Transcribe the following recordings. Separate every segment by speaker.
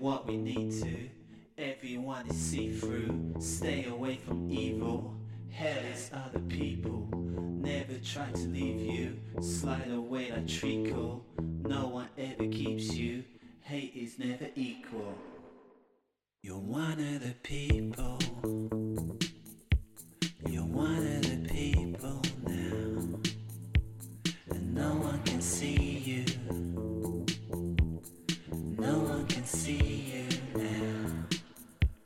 Speaker 1: what we need to. Everyone is see through. Stay away from evil. Hell is other people. Never try to leave you. Slide away like treacle. No one ever keeps you. Hate is never equal. You're one of the people. You're one of the people now. And no one can see you. No one can see you now.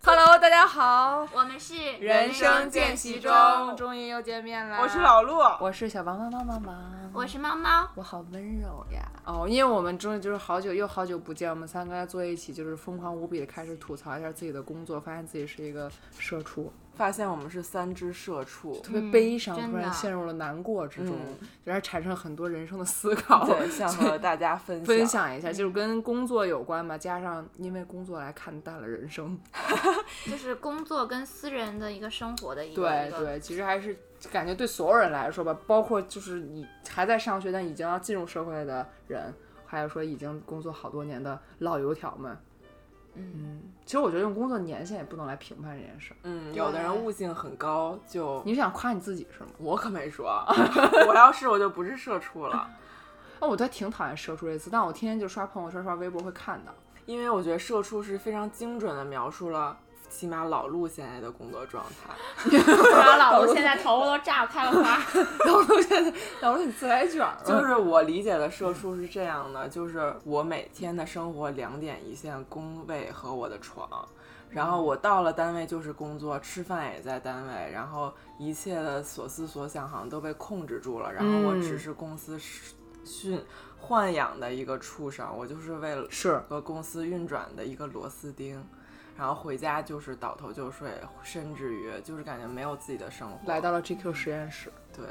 Speaker 2: Hello，大家好，
Speaker 3: 我们是
Speaker 2: 人生
Speaker 3: 见
Speaker 2: 见
Speaker 3: 习
Speaker 2: 习中，终于又见面啦！
Speaker 4: 我是，老陆，
Speaker 2: 我是小王王王王王，
Speaker 3: 我是猫猫，
Speaker 2: 我好温柔呀！哦，因为我们终于就是好久又好久不见，我们三个坐一起就是疯狂无比的开始吐槽一下自己的工作，发现自己是一个社畜，
Speaker 4: 发现我们是三只社畜，
Speaker 2: 特别
Speaker 3: 嗯
Speaker 2: 悲伤，
Speaker 3: 真
Speaker 2: 突然
Speaker 3: 的
Speaker 2: 陷入了难过之中
Speaker 4: 嗯，
Speaker 2: 然后产生很多人生的思考。
Speaker 4: 对，想和大家分享
Speaker 2: 分享一下，就是跟工作有关吧，加上因为工作来看淡了人生。
Speaker 3: 就是工作跟私人的一个生活的一个
Speaker 2: 对
Speaker 3: 一个
Speaker 2: 对，其实还是感觉对所有人来说吧，包括就是你还在上学但已经要进入社会的人，还有说已经工作好多年的老油条们，嗯，其实我觉得用工作年限也不能来评判这件事儿。
Speaker 4: 嗯，有的人悟性很高，就
Speaker 2: 你是想夸你自己是吗？
Speaker 4: 我可 没说，我要是我就不是社畜了，
Speaker 2: 哦，我倒挺讨厌“社畜”这词，但我天天就刷朋友圈、刷微博会看到。
Speaker 4: 因为我觉得社畜是非常精准的描述了。起码老陆现在的工作状 态，
Speaker 2: 嗯
Speaker 3: 然后老卢现在头发都炸开了花，
Speaker 2: 老陆现在，老陆你啊自来卷儿了，
Speaker 4: 就是我理解的社畜是这样的，就是我每天的生活两点一线，工位和我的床，然后我到了单位就是工作，吃饭也在单位，然后一切的所思所想好像都被控制住了，然后我
Speaker 2: 嗯
Speaker 4: 只是公司训豢养的一个畜生，我就是为了
Speaker 2: 是
Speaker 4: 和公司运转的一个螺丝钉。然后回家就是倒头就睡，甚至于就是感觉没有自己的生活。
Speaker 2: 来到了 GQ 实验室。
Speaker 4: 对，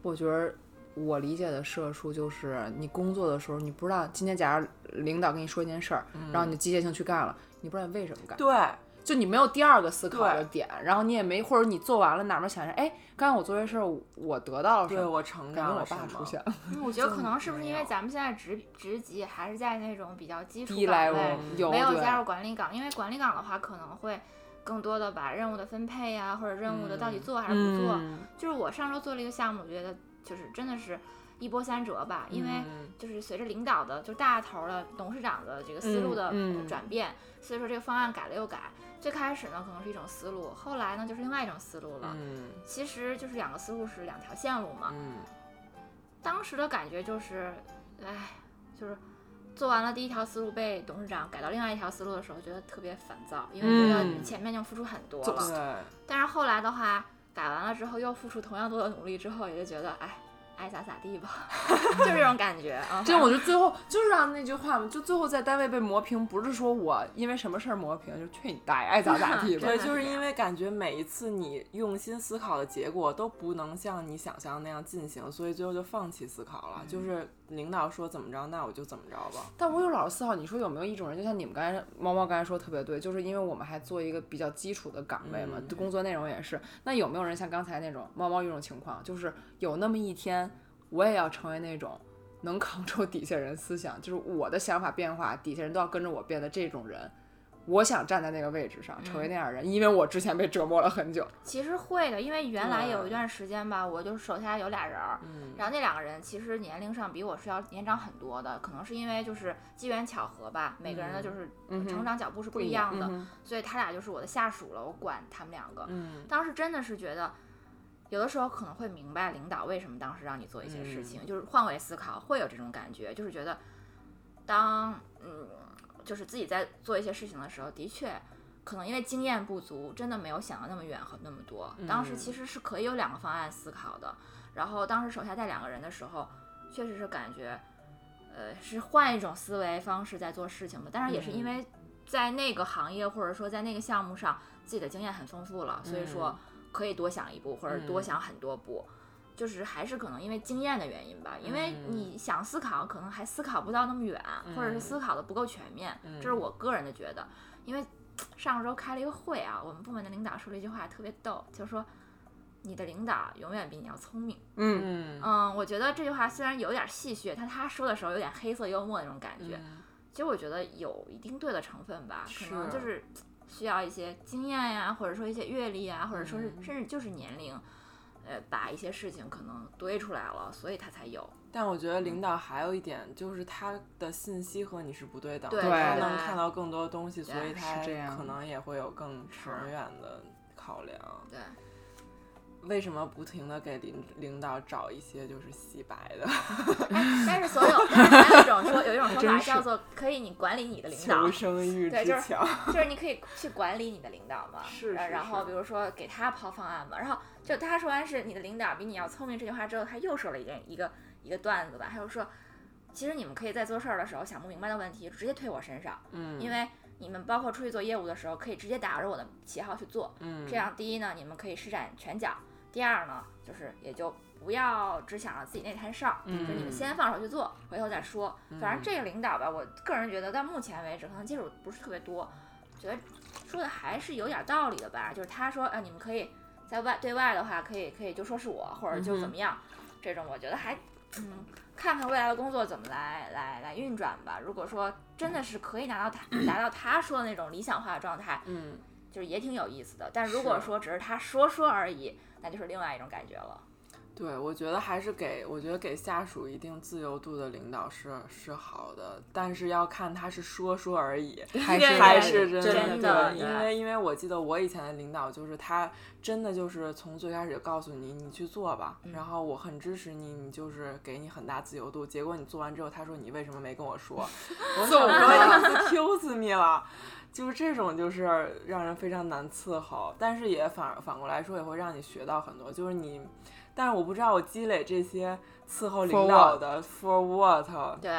Speaker 2: 我觉得我理解的社畜就是你工作的时候，你不知道今天假如领导跟你说一件事儿，然后你就机械性去干了，你不知道你为什么干，
Speaker 4: 对，
Speaker 2: 就你没有第二个思考
Speaker 4: 对
Speaker 2: 的点，然后你也没或者你做完了哪怕想着，哎，刚才我做这事儿，我得到了什
Speaker 4: 对
Speaker 2: 么？
Speaker 4: 我成
Speaker 2: 感觉
Speaker 4: 长
Speaker 2: 我
Speaker 4: 了什
Speaker 2: 爸
Speaker 4: 么？
Speaker 2: 出现了，
Speaker 3: 嗯我觉得可能是不是因为咱们现在职职级还是在那种比较基础
Speaker 2: 低
Speaker 3: 岗
Speaker 2: 来
Speaker 3: 位
Speaker 2: 我，哦有
Speaker 3: 没有加
Speaker 2: 对
Speaker 3: 入管理岗，因为管理岗的话可能会更多的把任务的分配呀、或者任务的到底做还是不做，
Speaker 2: 嗯，
Speaker 3: 就是我上周做了一个项目，我觉得就是真的是一波三折吧，因为
Speaker 4: 嗯
Speaker 3: 就是随着领导的就大头儿的董事长的这个思路的
Speaker 2: 嗯嗯
Speaker 3: 呃转变，所以说这个方案改了又改。最开始呢可能是一种思路，后来呢就是另外一种思路了。
Speaker 4: 嗯
Speaker 3: 其实就是两个思路是两条线路嘛。
Speaker 4: 嗯
Speaker 3: 当时的感觉就是，哎，就是做完了第一条思路被董事长改到另外一条思路的时候，觉得特别烦躁，因为觉得
Speaker 2: 嗯
Speaker 3: 前面就付出很多
Speaker 2: 走
Speaker 3: 了。
Speaker 4: 对，
Speaker 3: 但是后来的话，改完了之后又付出同样多的努力之后，也就觉得，哎，爱咋咋地吧， 就这种感觉啊。
Speaker 2: 这我就最后就是让那句话嘛，就最后在单位被磨平，不是说我因为什么事儿磨平，就去你大爷，爱咋咋地吧。
Speaker 4: 对，就是因为感觉每一次你用心思考的结果都不能像你想象那样进行，所以最后就放弃思考了。
Speaker 3: 嗯
Speaker 4: 就是领导说怎么着，那我就怎么着吧。
Speaker 2: 但我有老是思考，你说有没有一种人，就像你们刚才猫猫刚才说得特别对，就是因为我们还做一个比较基础的岗位嘛，
Speaker 4: 嗯
Speaker 2: 对工作内容也是。那有没有人像刚才那种猫猫一种情况，就是有那么一天，我也要成为那种能 control 底下人思想，就是我的想法变化，底下人都要跟着我变的这种人。我想站在那个位置上，成为
Speaker 3: 嗯
Speaker 2: 那样的人，因为我之前被折磨了很久。
Speaker 3: 其实会的，因为原来
Speaker 4: 对
Speaker 3: 有一段时间吧，我就手下有俩人儿，
Speaker 4: 嗯
Speaker 3: 然后那两个人其实年龄上比我是要年长很多的，可能是因为就是机缘巧合吧，每个人的就是
Speaker 2: 嗯哼
Speaker 3: 成长脚步是不一样的，所以他俩就是我的下属了，我管他们两个。
Speaker 4: 嗯
Speaker 3: 当时真的是觉得，有的时候可能会明白领导为什么当时让你做一些事情，就是换位思考，会有这种感觉，就是觉得当嗯，就是自己在做一些事情的时候，的确。可能因为经验不足，真的没有想到那么远和那么多。当时其实是可以有两个方案思考的。然后当时手下带两个人的时候，确实是感觉，呃，是换一种思维方式在做事情的。但是也是因为在那个行业或者说在那个项目上，自己的经验很丰富了，所以说可以多想一步或者多想很多步，就是还是可能因为经验的原因吧，因为你想思考，可能还思考不到那么远，或者是思考的不够全面，这是我个人的觉得。因为上周开了一个会啊，我们部门的领导说了一句话特别逗，就是说你的领导永远比你要聪明。
Speaker 2: 嗯，
Speaker 4: 嗯
Speaker 3: 嗯，我觉得这句话虽然有点戏谑，但他说的时候有点黑色幽默那种感觉，其实我觉得有一定对的成分吧，可能
Speaker 4: 是
Speaker 3: 就是需要一些经验呀，或者说一些阅历呀，或者说是
Speaker 4: 嗯
Speaker 3: 甚至就是年龄，呃，把一些事情可能堆出来了，所以他才有。
Speaker 4: 但我觉得
Speaker 3: 嗯
Speaker 4: 领导还有一点就是他的信息和你是不对等的，
Speaker 3: 对
Speaker 4: 他
Speaker 2: 对
Speaker 4: 能看到更多东西，所以
Speaker 3: 对
Speaker 4: 他
Speaker 2: 是这样
Speaker 4: 可能也会有更
Speaker 3: 是
Speaker 4: 长远的考量。
Speaker 3: 对，
Speaker 4: 为什么不停的给领领导找一些就是洗白的？
Speaker 3: 哎，但是所有，但是还有一种说，有一种说法
Speaker 2: 真是
Speaker 3: 叫做可以你管理你的领导
Speaker 4: 求，生欲
Speaker 3: 对
Speaker 4: 之
Speaker 3: 就是
Speaker 4: 强，
Speaker 3: 就是你可以去管理你的领导嘛，
Speaker 4: 是
Speaker 3: 然
Speaker 4: 是
Speaker 3: 然后
Speaker 4: 是
Speaker 3: 比如说给他抛方案嘛，然后就他说完是你的领导比你要聪明这句话之后，他又说了一件一个一个段子吧，他就说，其实你们可以在做事儿的时候想不明白的问题直接推我身上，
Speaker 4: 嗯，
Speaker 3: 因为你们包括出去做业务的时候可以直接打着我的旗号去做，
Speaker 4: 嗯
Speaker 3: 这样第一呢你们可以施展拳脚，第二呢就是也就不要只想着自己那摊事儿，就是你们
Speaker 4: 嗯
Speaker 3: 先放手去做，回头再说。反正
Speaker 4: 嗯
Speaker 3: 这个领导吧，我个人觉得到目前为止可能接触不是特别多，觉得说的还是有点道理的吧。就是他说，啊，你们可以在外对外的话，可以可以就说是我，或者就怎么样，
Speaker 4: 嗯
Speaker 3: 这种我觉得还，嗯，看看未来的工作怎么来来来运转吧。如果说真的是可以拿到他 达到他说的那种理想化的状态，
Speaker 4: 嗯，
Speaker 3: 就是也挺有意思的。但如果
Speaker 4: 是
Speaker 3: 说只是他说说而已，那就是另外一种感觉了。
Speaker 4: 对，我觉得还是给我觉得给下属一定自由度的领导是是好的，但是要看他是说说而已，
Speaker 2: 还
Speaker 3: 对
Speaker 2: 是
Speaker 3: 对
Speaker 4: 还是
Speaker 3: 对
Speaker 4: 真
Speaker 3: 真的
Speaker 4: 对因为因为我记得我以前的领导就是他真的就是从最开始就告诉你你去做吧，然后我很支持你，你就是给你很大自由度，结果你做完之后他说你为什么没跟我 说？我总说 Q 死你了。就是这种，就是让人非常难伺候，但是也反反过来说，也会让你学到很多。就是你，但是我不知道我积累这些伺候领导的 for what，
Speaker 3: 对，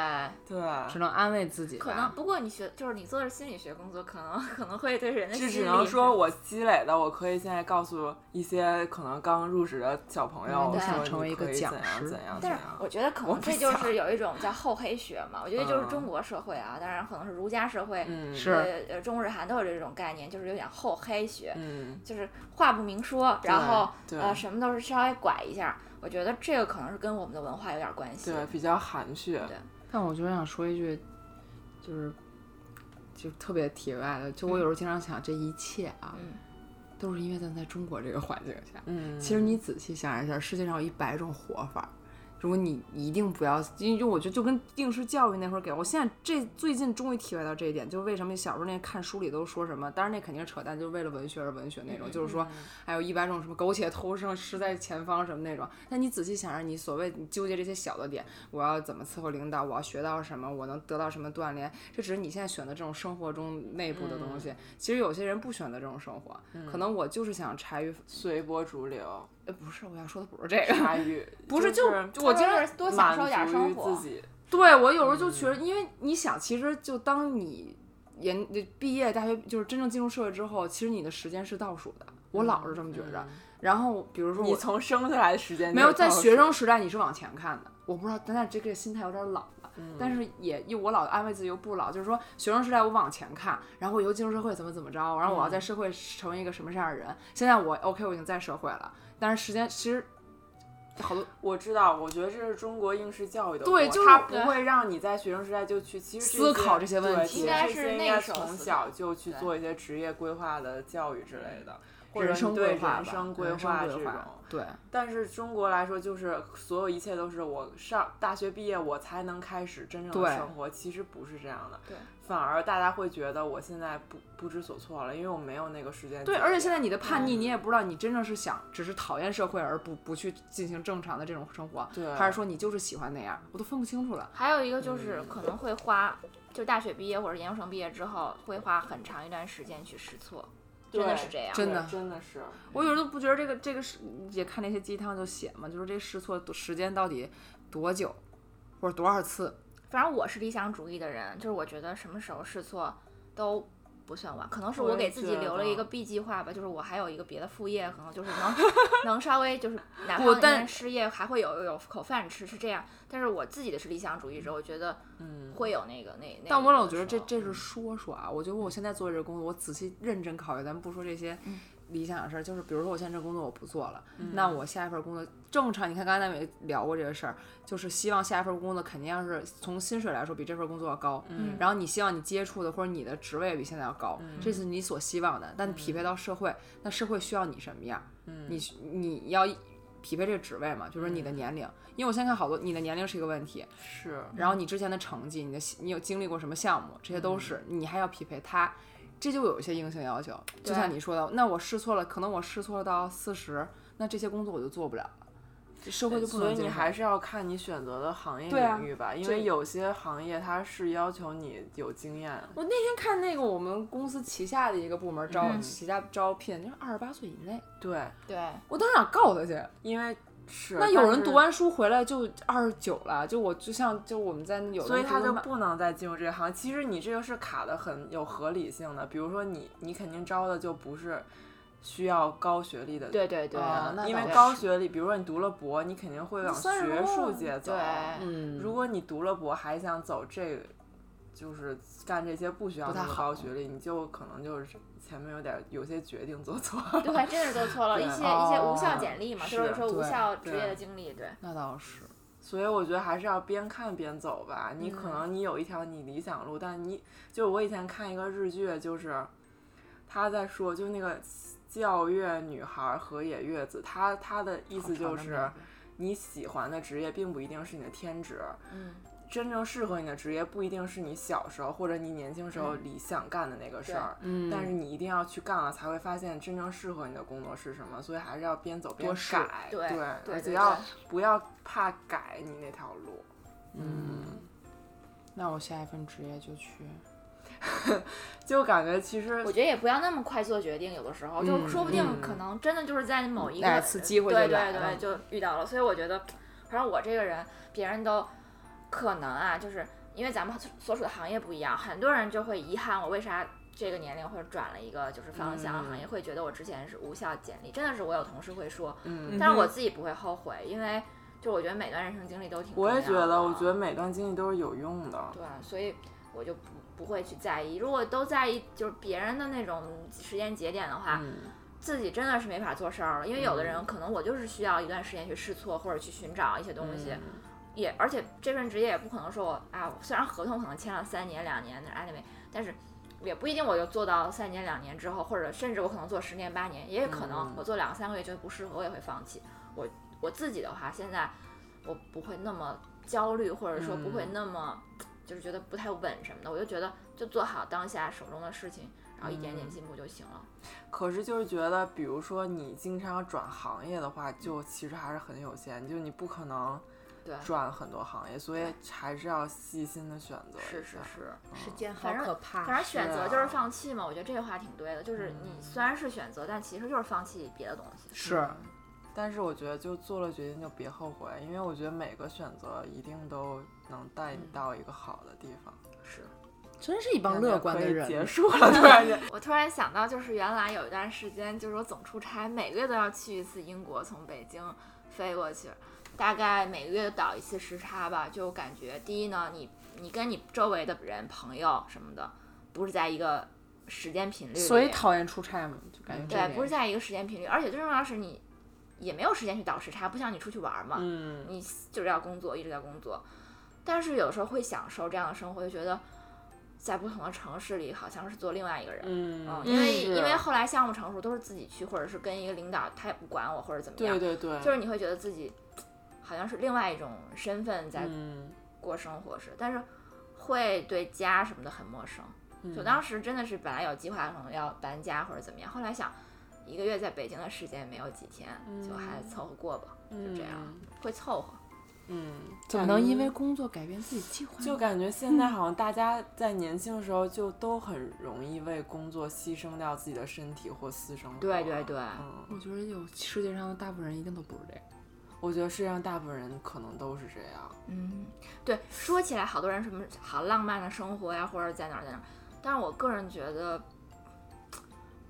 Speaker 4: 对，
Speaker 2: 只能安慰自己吧。
Speaker 3: 可能不过你学就是你做的是心理学工作，可能可能会对人的
Speaker 4: 就
Speaker 3: 心理
Speaker 4: 只能说我积累的，我可以现在告诉一些可能刚入职的小朋友，
Speaker 2: 嗯
Speaker 4: 我
Speaker 3: 对
Speaker 4: 说
Speaker 2: 成为
Speaker 4: 你
Speaker 2: 一个
Speaker 4: 可以
Speaker 2: 讲
Speaker 4: 怎样
Speaker 2: 师
Speaker 4: 怎样怎
Speaker 3: 但
Speaker 4: 样
Speaker 3: 是。我觉得可能
Speaker 4: 不
Speaker 3: 这就
Speaker 4: 想
Speaker 3: 是有一种叫 厚黑学嘛，我觉得就是
Speaker 4: 嗯
Speaker 3: 中国社会啊，当然可能是儒家社会，
Speaker 4: 嗯，
Speaker 2: 是
Speaker 3: 呃呃中日韩都有这种概念，就是有点厚黑学，
Speaker 4: 嗯，
Speaker 3: 就是话不明说，然后
Speaker 4: 对
Speaker 3: 呃什么都是稍微拐一下。我觉得这个可能是跟我们的文化有点关系。
Speaker 4: 对，比较含蓄。
Speaker 2: 但我就想说一句，就是就特别题外的，就我有时候经常想，这一切啊，
Speaker 3: 嗯
Speaker 2: 都是因为咱在中国这个环境下。
Speaker 4: 嗯，
Speaker 2: 其实你仔细想一下，世界上有一百种活法儿。如果你一定不要，因为就我觉得就跟应试教育那会儿给我，现在这最近终于体会到这一点，就是为什么小时候那看书里都说什么，当然那肯定是扯淡，就是为了文学而文学那种，
Speaker 3: 嗯
Speaker 2: 就是说还有一百种什么苟且偷生，诗在前方什么那种。但你仔细想想，你所谓你纠结这些小的点，我要怎么伺候领导，我要学到什么，我能得到什么锻炼，这只是你现在选择这种生活中内部的东
Speaker 4: 嗯
Speaker 2: 西。其实有些人不选择这种生活，可能我就是想柴鱼
Speaker 4: 随波逐 流，
Speaker 2: 呃，不是，我要说的不是这个。
Speaker 4: 差异
Speaker 2: 不是
Speaker 4: 就
Speaker 2: 就我经常
Speaker 3: 是多享受点生活
Speaker 4: 满足于自己。
Speaker 2: 对我有时候就觉得，
Speaker 4: 嗯
Speaker 2: 因为你想，其实就当你研呃毕业大学，就是真正进入社会之后，其实你的时间是倒数的。我老是这么觉着。然后比如说
Speaker 4: 嗯你
Speaker 2: 我
Speaker 4: 从生下来的时间
Speaker 2: 没有
Speaker 4: 就
Speaker 2: 在
Speaker 4: 倒数
Speaker 2: 学生时代你是往前看的，我不知道，咱俩这个心态有点老了。
Speaker 4: 嗯
Speaker 2: 但是也又我老安慰自己又不老，就是说学生时代我往前看，然后我以后进入社会怎么怎么着，然后我要
Speaker 4: 嗯
Speaker 2: 在社会成为一个什么样的人。现在我 OK，我已经在社会了，但是时间其实好多
Speaker 4: 我知道，我觉得这是中国应试教育的锅，
Speaker 2: 对就是
Speaker 4: 他不
Speaker 3: 对
Speaker 4: 会让你在学生时代就去其实
Speaker 2: 思考这些问
Speaker 4: 对
Speaker 2: 题
Speaker 4: 其实
Speaker 3: 应该
Speaker 4: 这
Speaker 3: 是
Speaker 4: 些
Speaker 3: 那
Speaker 4: 应该
Speaker 3: 个时候
Speaker 4: 从
Speaker 3: 思
Speaker 4: 小
Speaker 3: 考
Speaker 4: 就去
Speaker 3: 对
Speaker 4: 做一些职业规划的教育之类的，或者
Speaker 2: 人
Speaker 4: 你
Speaker 2: 生
Speaker 4: 对
Speaker 2: 规划吧，
Speaker 4: 人生规
Speaker 2: 划
Speaker 4: 划这种。
Speaker 2: 对。
Speaker 4: 但是中国来说，就是所有一切都是我上大学毕业我才能开始真正的
Speaker 2: 对
Speaker 4: 生活，其实不是这样的。
Speaker 3: 对，
Speaker 4: 反而大家会觉得我现在不不知所措了，因为我没有那个时间节
Speaker 2: 对，
Speaker 4: 点。
Speaker 2: 而且现在你的叛
Speaker 4: 嗯
Speaker 2: 逆，你也不知道你真正是想只是讨厌社会而不不去进行正常的这种生活，
Speaker 4: 对
Speaker 2: 还是说你就是喜欢那样，我都分不清楚了。
Speaker 3: 还有一个就是
Speaker 4: 嗯
Speaker 3: 可能会花，就大学毕业或者研究生毕业之后，会花很长一段时间去试错，真的
Speaker 4: 对
Speaker 3: 是这样。
Speaker 2: 真
Speaker 4: 对
Speaker 2: 的
Speaker 4: 真的是，
Speaker 2: 我有时候都不觉得这个这个是，也看那些鸡汤就写嘛，就是这试错时间到底多久，或者多少次，
Speaker 3: 反正我是理想主义的人，就是我觉得什么时候试错都不算晚，可能是
Speaker 4: 我
Speaker 3: 我
Speaker 4: 也
Speaker 3: 给自己
Speaker 4: 觉
Speaker 3: 留了一
Speaker 4: 得
Speaker 3: 个 B 计划吧，就是我还有一个别的副业，可能就是能 能稍微就是哪怕
Speaker 2: 不
Speaker 3: 一
Speaker 2: 但
Speaker 3: 年失业还会有有口饭吃，是这样。但是我自己的是理想主义者，我觉得
Speaker 4: 嗯，
Speaker 3: 会有那个嗯那那。
Speaker 2: 但我
Speaker 3: 嗯
Speaker 2: 老觉得这这是说说啊，我觉得我现在做这个工作，我仔细认真考虑，咱们不说这些理想的事儿，就是比如说我现在这工作我不做了，那我下一份工作正常，你看刚才咱们也聊过这个事儿，就是希望下一份工作肯定要是从薪水来说比这份工作要高，
Speaker 3: 嗯
Speaker 2: 然后你希望你接触的或者你的职位也比现在要高，这是你所希望的，
Speaker 3: 嗯
Speaker 2: 但你匹配到社会，那社会需要你什么样儿，嗯
Speaker 4: 嗯
Speaker 2: 你你要匹配这个职位嘛，就是你的年龄，因为我现在看好多你的年龄是一个问题，
Speaker 4: 是，
Speaker 2: 然后你之前的成绩，你的你有经历过什么项目，这些都是、你还要匹配他，这就有一些硬性要求。就
Speaker 3: 对
Speaker 2: 像你说的，那我试错了，可能我试错了到四十，那这些工作我就做不了了，这社会就不
Speaker 4: 所
Speaker 2: 能
Speaker 4: 以
Speaker 2: 接
Speaker 4: 你
Speaker 2: 受
Speaker 4: 还是要看你选择的行业
Speaker 2: 对啊
Speaker 4: 领域吧，因
Speaker 2: 这
Speaker 4: 为有些行业它是要求你有经验。
Speaker 2: 我那天看那个我们公司旗下的一个部门招、
Speaker 3: 嗯
Speaker 2: 旗下招聘，就是二十八岁以内，
Speaker 4: 对，
Speaker 3: 对，
Speaker 2: 我当时想告他去。
Speaker 4: 因为是
Speaker 2: 那
Speaker 4: 但
Speaker 2: 有人
Speaker 4: 是
Speaker 2: 读完书回来就二十九了，就我就像就我们在有的
Speaker 4: 所以
Speaker 2: 读
Speaker 4: 他
Speaker 2: 书
Speaker 4: 就
Speaker 2: 嘛
Speaker 4: 不能再进入这个行。其实你这个是卡的很有合理性的，比如说你你肯定招的就不是需要高学历的，
Speaker 3: 对对对，
Speaker 2: 啊那
Speaker 4: 因
Speaker 2: 倒
Speaker 4: 为
Speaker 2: 是
Speaker 4: 高学历，比如说你读了博，你肯定会往
Speaker 2: 算是
Speaker 4: 学术
Speaker 2: 吧
Speaker 4: 界走。啊
Speaker 3: 对
Speaker 2: 嗯，
Speaker 4: 如果你读了博还想走这个，就是干这些不需要
Speaker 2: 不太
Speaker 4: 那么
Speaker 2: 好
Speaker 4: 高学历，你就可能就是前面有点有些决定做错。
Speaker 3: 对，真是做错了一
Speaker 4: 对啊
Speaker 3: 些一些无效
Speaker 2: 哦
Speaker 3: 简历嘛，
Speaker 4: 是
Speaker 3: 就是说无
Speaker 2: 对
Speaker 3: 效职
Speaker 4: 对嗯
Speaker 3: 业的经历，对，
Speaker 2: 那倒是，
Speaker 4: 所以我觉得还是要边看边走吧。你
Speaker 2: 嗯
Speaker 4: 可能你有一条你理想路，但你就我以前看一个日剧，就是他在说，就那个教月女孩河野月子，她她的意思
Speaker 2: 好
Speaker 4: 就
Speaker 2: 长的
Speaker 4: 是
Speaker 2: 名字
Speaker 4: 你喜欢的职业并不一定是你的天职，
Speaker 3: 嗯，
Speaker 4: 真正适合你的职业不一定是你小时候或者你年轻时候你想干的那个事儿。
Speaker 2: 嗯，
Speaker 4: 但是你一定要去干了，才会发现真正适合你的工作是什么。所以还是要边走边
Speaker 2: 多试
Speaker 4: 改，
Speaker 3: 对对
Speaker 4: 而且
Speaker 3: 对
Speaker 4: 要
Speaker 3: 对
Speaker 4: 不要怕改你那条路。
Speaker 2: 嗯那我下一份职业就去。
Speaker 4: 就感觉其实
Speaker 3: 我觉得也不要那么快做决定，有的时候就
Speaker 2: 嗯
Speaker 3: 说不定
Speaker 4: 嗯
Speaker 3: 可能真的就是在某一
Speaker 2: 哪
Speaker 3: 个
Speaker 2: 次机会
Speaker 3: 对
Speaker 2: 就来
Speaker 3: 对
Speaker 2: 了
Speaker 3: 对，就遇到了。所以我觉得，反正我这个人，别人都可能啊，就是因为咱们所处的行业不一样，很多人就会遗憾我为啥。这个年龄或者转了一个就是方
Speaker 4: 嗯
Speaker 3: 向啊行业，会觉得我之前是无效简历，真的是我有同事会说，
Speaker 4: 嗯
Speaker 3: 但是我
Speaker 2: 嗯哼
Speaker 3: 自己不会后悔，因为就我觉得每段人生经历都挺重
Speaker 4: 我
Speaker 3: 要的。啊
Speaker 4: 也觉得，我觉得每段经历都是有用的。
Speaker 3: 对，所以我就不不会去在意。如果都在意就是别人的那种时间节点的话，
Speaker 4: 嗯
Speaker 3: 自己真的是没法做事儿了。因为有的人可能我就是需要一段时间去试错或者去寻找一些东西，
Speaker 4: 嗯
Speaker 3: 也而且这份职业也不可能说我啊，我虽然合同可能签了三年两年的 anyway，但是。也不一定，我就做到三年两年之后，或者甚至我可能做十年八年，也有可能
Speaker 4: 嗯
Speaker 3: 我做两三个月觉得不适合，我也会放弃。我我自己的话，现在我不会那么焦虑，或者说不会
Speaker 4: 嗯
Speaker 3: 那么就是觉得不太稳什么的，我就觉得就做好当下手中的事情，然后一
Speaker 4: 嗯
Speaker 3: 点点进步就行了。
Speaker 4: 可是就是觉得，比如说你经常要转行业的话，就其实还是很有限，就你不可能
Speaker 3: 对，
Speaker 4: 转很多行业，所以还是要细心的选择一下。
Speaker 3: 是是是，
Speaker 5: 时
Speaker 2: 嗯
Speaker 5: 间好
Speaker 3: 反正
Speaker 5: 可怕。
Speaker 3: 反正选择就是
Speaker 4: 啊
Speaker 3: 放弃嘛，我觉得这个话挺对的，就是你虽然是选择，但其实就是放弃别的东西。
Speaker 2: 是，
Speaker 4: 但是我觉得，就做了决定就别后悔，因为我觉得每个选择一定都能带
Speaker 3: 嗯
Speaker 4: 你到一个好的地方。
Speaker 3: 是，
Speaker 2: 真是一帮
Speaker 4: 感觉
Speaker 2: 乐观的
Speaker 4: 可以
Speaker 2: 人。
Speaker 4: 结束了，突然间。
Speaker 3: 我突然想到，就是原来有一段时间，就是我总出差，每个月都要去一次英国，从北京飞过去，大概每个月倒一次时差吧。就感觉第一呢，你你跟你周围的人、朋友什么的，不是在一个时间频率里，
Speaker 2: 所以 讨厌出差嘛，就感觉这个
Speaker 3: 对，不
Speaker 2: 人
Speaker 3: 是在一个时间频率，而且最重要的是你也没有时间去倒时差，不像你出去玩儿嘛，
Speaker 4: 嗯，
Speaker 3: 你就是要工作，一直在工作。但是有时候会享受这样的生活，就觉得在不同的城市里好像是做另外一个人。
Speaker 4: 嗯
Speaker 3: 因为
Speaker 4: 是
Speaker 3: 因为后来项目成熟都是自己去，或者是跟一个领导，他也不管我或者怎么样，
Speaker 4: 对对对，
Speaker 3: 就是你会觉得自己好像是另外一种身份在
Speaker 4: 嗯，
Speaker 3: 过生活似的，但是会对家什么的很陌生。
Speaker 4: 嗯
Speaker 3: 就当时真的是本来有计划可能要搬家或者怎么样，后来想一个月在北京的时间也没有几天，就还凑合过吧，就这样会凑合。
Speaker 4: 嗯，
Speaker 2: 怎么能因为工作改变自己计划呢？
Speaker 3: 嗯
Speaker 4: 就感觉现在好像大家在年轻的时候就都很容易为工作牺牲掉自己的身体或私生活。
Speaker 3: 对对对，
Speaker 4: 嗯，
Speaker 2: 我觉得有世界上的大部分人一定都不是这样。
Speaker 4: 我觉得世界上大部分人可能都是这样。
Speaker 3: 嗯，对，说起来好多人什么好浪漫的生活呀，或者在哪儿在哪儿，但是我个人觉得。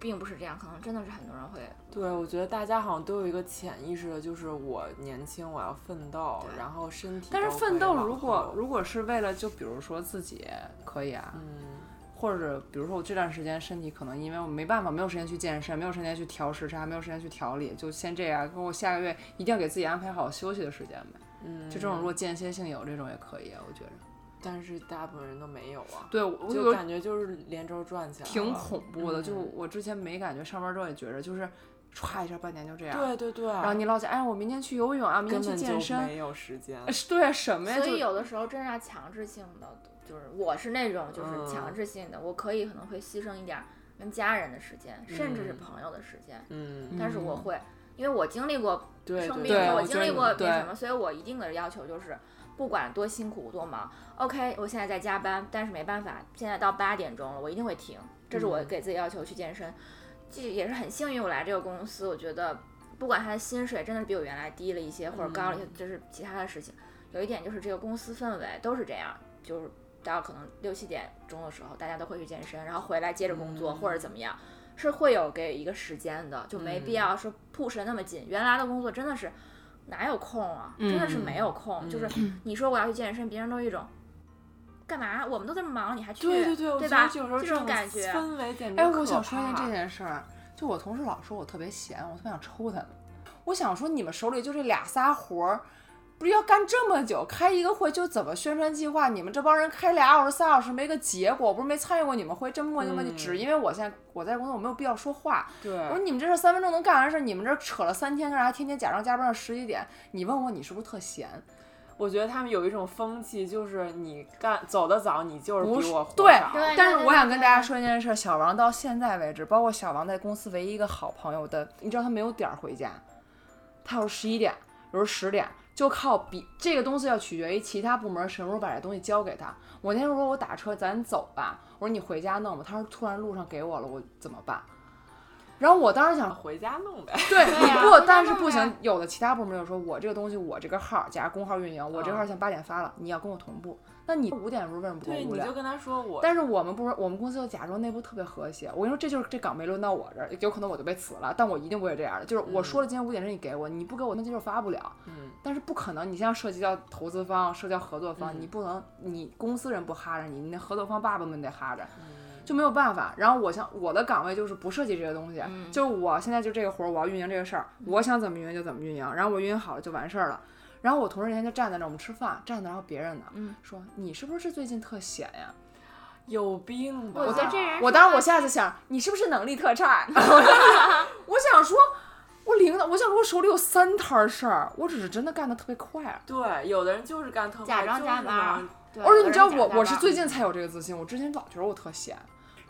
Speaker 3: 并不是这样，可能真的是很多人会，
Speaker 4: 对，我觉得大家好像都有一个潜意识的，就是我年轻，我要奋斗，
Speaker 3: 对
Speaker 4: 然后身体。
Speaker 2: 但是奋斗，如果，如果是为了就比如说自己可以啊，
Speaker 4: 嗯，
Speaker 2: 或者比如说我这段时间身体可能因为我没办法，没有时间去健身，没有时间去调时差，没有时间去调理，就先这样。跟我下个月一定要给自己安排好休息的时间呗。
Speaker 4: 嗯，
Speaker 2: 就这种，如果间歇性有这种也可以啊，我觉着。
Speaker 4: 但是大部分人都没有啊。
Speaker 2: 对，我我
Speaker 4: 就
Speaker 2: 有
Speaker 4: 感觉就是连轴转起来了，
Speaker 2: 挺恐怖的，就
Speaker 4: 嗯
Speaker 2: 我之前没感觉，上班之后也觉着就是歘一下半年就这样。
Speaker 4: 对对对，啊
Speaker 2: 然后你老想，哎，我明天去游泳啊，明
Speaker 4: 根
Speaker 2: 天去
Speaker 4: 本
Speaker 2: 健
Speaker 4: 就
Speaker 2: 身，
Speaker 4: 没有时间。
Speaker 2: 是对啊什么呀？
Speaker 3: 所
Speaker 2: 就
Speaker 3: 以有的时候真是要强制性的，就是我是那种
Speaker 4: 嗯
Speaker 3: 就是强制性的，我可以可能会牺牲一点儿跟家人的时间，甚至是
Speaker 4: 嗯
Speaker 3: 朋友的时间，
Speaker 4: 嗯，
Speaker 3: 但是我会，因为我经历过
Speaker 4: 对
Speaker 3: 生
Speaker 4: 对
Speaker 3: 病
Speaker 2: 对
Speaker 3: 了，
Speaker 2: 我
Speaker 3: 我
Speaker 2: 觉
Speaker 3: 经
Speaker 2: 得
Speaker 3: 历
Speaker 2: 你
Speaker 3: 过没
Speaker 2: 对
Speaker 3: 什么，所以我一定的要求就是，不管多辛苦多忙，OK，我现在在加班，但是没办法，现在到八点钟了，我一定会停，这是我
Speaker 4: 嗯
Speaker 3: 给自己要求去健身。这也是很幸运，我来这个公司，我觉得不管他的薪水真的是比我原来低了一些，或者高了一
Speaker 2: 嗯
Speaker 3: 些，这是其他的事情。有一点就是这个公司氛围都是这样，就是到可能六七点钟的时候，大家都会去健身，然后回来接着工作、
Speaker 4: 嗯
Speaker 3: 或者怎么样，是会有给一个时间的，就没
Speaker 2: 嗯
Speaker 3: 必要说 push 的那么紧。原来的工作真的是哪有空啊，真的是
Speaker 2: 嗯
Speaker 3: 没有空，就是你说我要去健身，别人都一种。干嘛？我们都这么忙，你还去？
Speaker 4: 对对对，我觉
Speaker 3: 吧？
Speaker 4: 得有时候
Speaker 3: 这种
Speaker 4: 种
Speaker 3: 感觉，
Speaker 4: 氛围简直
Speaker 2: 哎，我
Speaker 4: 可
Speaker 2: 想说一件
Speaker 4: 怕
Speaker 2: 这件事儿，就我同事老说我特别闲，我特别想抽他们。我想说，你们手里就这俩仨活儿，不是要干这么久？开一个会就怎么宣传计划？你们这帮人开俩小时、仨小时没个结果，我不是没参与过你们会这么磨叽磨叽，
Speaker 4: 嗯
Speaker 2: 只因为我现在我在工作，我没有必要说话。我说
Speaker 4: 对，
Speaker 2: 你们这事儿三分钟能干完事儿，你们这儿扯了三天干啥？天天假装加班到十几点，你问我你是不是特闲？
Speaker 4: 我觉得他们有一种风气，就是你干走得早，你就是
Speaker 2: 不
Speaker 4: 比
Speaker 2: 是
Speaker 4: 我活
Speaker 2: 对
Speaker 4: 早
Speaker 3: 对
Speaker 2: 但是我想跟大家说一件事，小王到现在为止，包括小王在公司唯一一个好朋友的，你知道他没有点儿回家，他有时十一点，有时候十点，就靠比这个东西要取决于其他部门什么时候把这东西交给他。我那天说我打车咱走吧，我说你回家弄吧，他说突然路上给我了，我怎么办？然后我当时想，
Speaker 4: 回家弄呗。
Speaker 2: 对，
Speaker 3: 对
Speaker 4: 啊
Speaker 3: 呀
Speaker 2: 不，
Speaker 3: 回家
Speaker 2: 但是
Speaker 3: 弄
Speaker 2: 不行
Speaker 3: 呗，
Speaker 2: 有的其他部门就说，我这个东西，我这个号儿，假如工号运营，我这个
Speaker 4: 嗯
Speaker 2: 号儿现在八点发了，你要跟我同步，那你五点的时候为什么不跟
Speaker 4: 对，
Speaker 2: 我无
Speaker 4: 你
Speaker 2: 聊
Speaker 4: 就？跟他说我，
Speaker 2: 但是我们部门，我们公司就假装内部特别和谐。我跟你说，这就是这岗没轮到我这儿，有可能我就被辞了，但我一定不会这样的。就是我说了今天五点钟你给我，你不给我那就是发不了。
Speaker 4: 嗯，
Speaker 2: 但是不可能，你像涉及到投资方、涉及到合作方，
Speaker 4: 嗯
Speaker 2: 你不能你公司人不哈着你，你那合作方爸爸们得哈着，
Speaker 3: 嗯
Speaker 2: 就没有办法。然后我像我的岗位就是不涉及这些东西，
Speaker 3: 嗯
Speaker 2: 就是我现在就这个活儿，我要运营这个事儿，我想怎么运营就怎么运营，然后我运营好了就完事儿了。然后我同事那天就站在那儿，我们吃饭，站在那儿，然后别人呢、
Speaker 3: 嗯
Speaker 2: 说你是不是最近特闲呀？
Speaker 4: 有病吧？
Speaker 3: 我觉得这人
Speaker 2: 我当时我下次想，你是不是能力特 差？我想说，我领导，我想说，我手里有三摊事儿，我只是真的干得特别快。啊
Speaker 4: 对，有的人就是干特快，
Speaker 3: 假装加班儿
Speaker 4: 就是忙，
Speaker 3: 对
Speaker 2: 而且
Speaker 3: 有
Speaker 2: 你知道
Speaker 3: 人假
Speaker 2: 我，
Speaker 3: 加
Speaker 2: 我是
Speaker 3: 班
Speaker 2: 最近才有这个自信，我之前老觉得我特闲。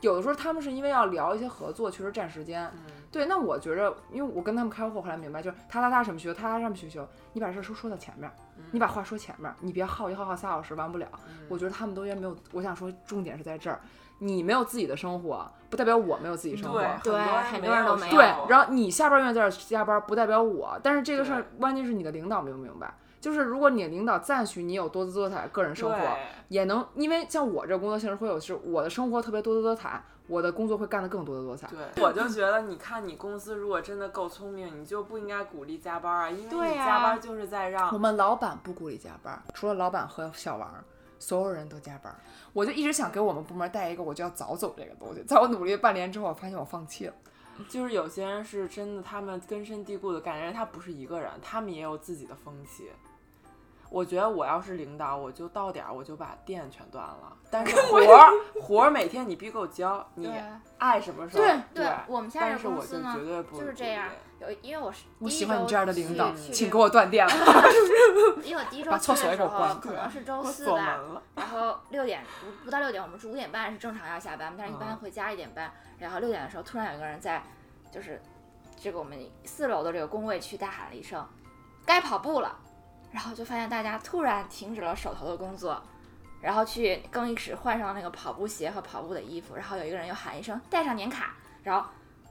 Speaker 2: 有的时候他们是因为要聊一些合作，确实占时间。
Speaker 4: 嗯，
Speaker 2: 对，那我觉着，因为我跟他们开会，后来明白就是他他他什么需求，他他什么需求，你把这事儿说说到前面儿，
Speaker 4: 嗯
Speaker 2: 你把话说前面儿，你别耗一耗耗仨小时完不了。我觉得他们都应该没有，我想说重点是在这儿，你没有自己的生活，不代表我没有自己生活。
Speaker 4: 对
Speaker 3: 对很多人都没
Speaker 4: 没
Speaker 2: 对
Speaker 3: 有，
Speaker 2: 然后你下班愿意在这儿加班，不代表我。但是这个事儿
Speaker 4: 对，
Speaker 2: 关键是你的领导明不明白。就是如果你的领导赞许你有多姿多彩的个人生活，
Speaker 4: 对
Speaker 2: 也能因为像我这工作性质会有，是我的生活特别多姿多彩，我的工作会干得更多姿多彩。
Speaker 4: 对，我就觉得，你看你公司如果真的够聪明，你就不应该鼓励加班啊，因为
Speaker 3: 对
Speaker 4: 你
Speaker 3: 呀
Speaker 4: 加班就是在让
Speaker 2: 我们老板不鼓励加班，除了老板和小王，所有人都加班。我就一直想给我们部门带一个我就要早走这个东西，在我努力半年之后，我发现我放弃了。
Speaker 4: 就是有些人是真的，他们根深蒂固的感觉他不是一个人，他们也有自己的风气。我觉得我要是领导，我就到点儿我就把店全断了，但 是活儿活儿每天你必须给我交，你
Speaker 3: 对
Speaker 4: 爱什么时候
Speaker 2: 对
Speaker 4: 对
Speaker 3: 对，我们现在
Speaker 4: 但
Speaker 3: 这
Speaker 4: 是
Speaker 3: 公
Speaker 4: 我就
Speaker 3: 司呢
Speaker 4: 绝对不
Speaker 3: 就是这
Speaker 4: 鼓励
Speaker 3: 样。有因为我是
Speaker 2: 我
Speaker 3: 第一
Speaker 2: 喜欢你
Speaker 3: 周
Speaker 2: 这样的领导
Speaker 3: 去，
Speaker 2: 请
Speaker 3: 去
Speaker 2: 给我断电了。
Speaker 3: 因为我第 一周
Speaker 2: 把厕
Speaker 3: 去
Speaker 2: 所也
Speaker 3: 的时
Speaker 2: 给我关
Speaker 3: 候
Speaker 2: 了
Speaker 3: 可能是周
Speaker 4: 我
Speaker 3: 四
Speaker 4: 锁门
Speaker 3: 吧，
Speaker 4: 了，
Speaker 3: 然后六点不不到六点，我们是五点半是正常要下班，但是一般
Speaker 4: 嗯
Speaker 3: 回家一点半，然后六点的时候突然有一个人在，就是这个我们四楼的这个工位区大喊了一声“该跑步了”，然后就发现大家突然停止了手头的工作，然后去更衣室换上那个跑步鞋和跑步的衣服，然后有一个人又喊一声“带上年卡”，然后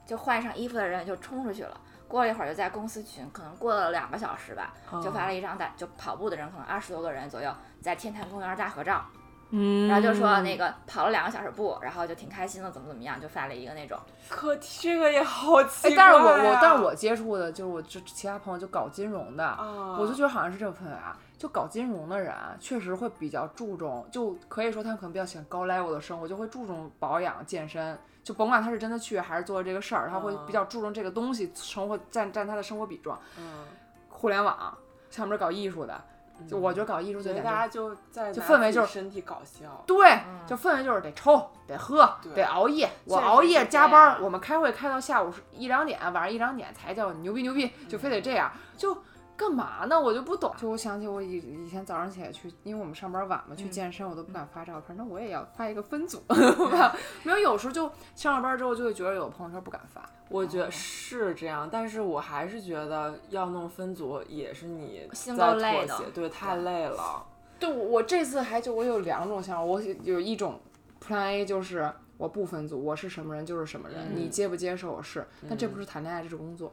Speaker 3: 就换上衣服的人就冲出去了。过了一会儿就在公司群，可能过了两个
Speaker 4: 嗯哦
Speaker 3: 小时吧，就发了一张大，就跑步的人可能二十多个人左右，在天坛公园大合照。
Speaker 2: 嗯，
Speaker 3: 然后就说那个跑了两个小时步，然后就挺开心的，怎么怎么样，就发了一个那种，
Speaker 4: 可这个也好奇
Speaker 2: 哎
Speaker 4: 怪、，
Speaker 2: 但
Speaker 4: 啊
Speaker 2: 是我我但是我接触的就是我就其他朋友就搞金融的，
Speaker 4: 啊
Speaker 2: 我就觉得好像是这种氛围啊。就搞金融的人啊确实会比较注重，就可以说他们可能比较喜欢高 level 的生活，就会注重保养、健身。就甭管他是真的去还是做这个事儿，他会比较注重这个东西，生活占占他的生活比重。
Speaker 4: 嗯，
Speaker 2: 互联网上面搞艺术的，就我觉得搞艺术
Speaker 4: 我
Speaker 2: 最
Speaker 4: 觉
Speaker 2: 简
Speaker 4: 得
Speaker 2: 单。
Speaker 4: 大嗯家就在
Speaker 2: 就
Speaker 4: 拿
Speaker 2: 氛围
Speaker 4: 自己
Speaker 2: 就是
Speaker 4: 身体搞笑，
Speaker 2: 对，
Speaker 3: 嗯
Speaker 2: 就氛围就是得抽、得喝、
Speaker 4: 对
Speaker 2: 得熬夜。我
Speaker 3: 确实
Speaker 2: 熬
Speaker 3: 是
Speaker 2: 夜
Speaker 3: 这
Speaker 2: 加班儿，
Speaker 3: 样
Speaker 2: 我们开会开到下午一两点，晚上一两点才叫牛逼牛逼，就非得这样，就干嘛呢？我就不懂。就我想起我以以前早上起来去，因为我们上班晚嘛，去
Speaker 4: 嗯
Speaker 2: 健身我都不敢发照片，那我也要发一个分 组吧。没有，有时候就上了班之后就会觉得有朋友圈不敢发。
Speaker 4: 我觉得是这样，但是我还是觉得要弄分组也是你
Speaker 3: 心
Speaker 4: 在
Speaker 3: 够累
Speaker 4: 妥
Speaker 3: 的
Speaker 4: 协，对，太累了。
Speaker 2: 对，我我这次还就我有两种想法，我有一种 Plan A 就是我不分组，我是什么人就是什么人，
Speaker 4: 嗯
Speaker 2: 你接不接受我是，但这不是谈恋爱，这是工作。